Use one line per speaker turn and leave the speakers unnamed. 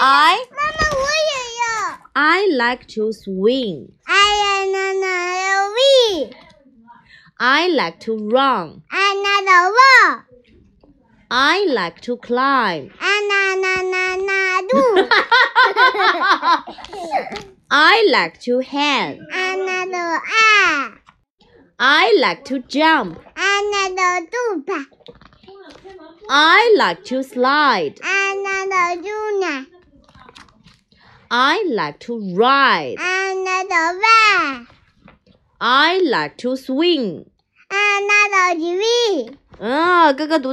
I
妈妈，我也要。
I like to swim.
I another we.
I like to run.
Another wall.
I like to climb.
Another do.
I like to hang.
Another ah.
I like to jump.
Another do pa.
I like to slide.
Another juna.
I like to ride.
Another wa.
I like to swing. Ah,
Another we.
嗯，哥哥读。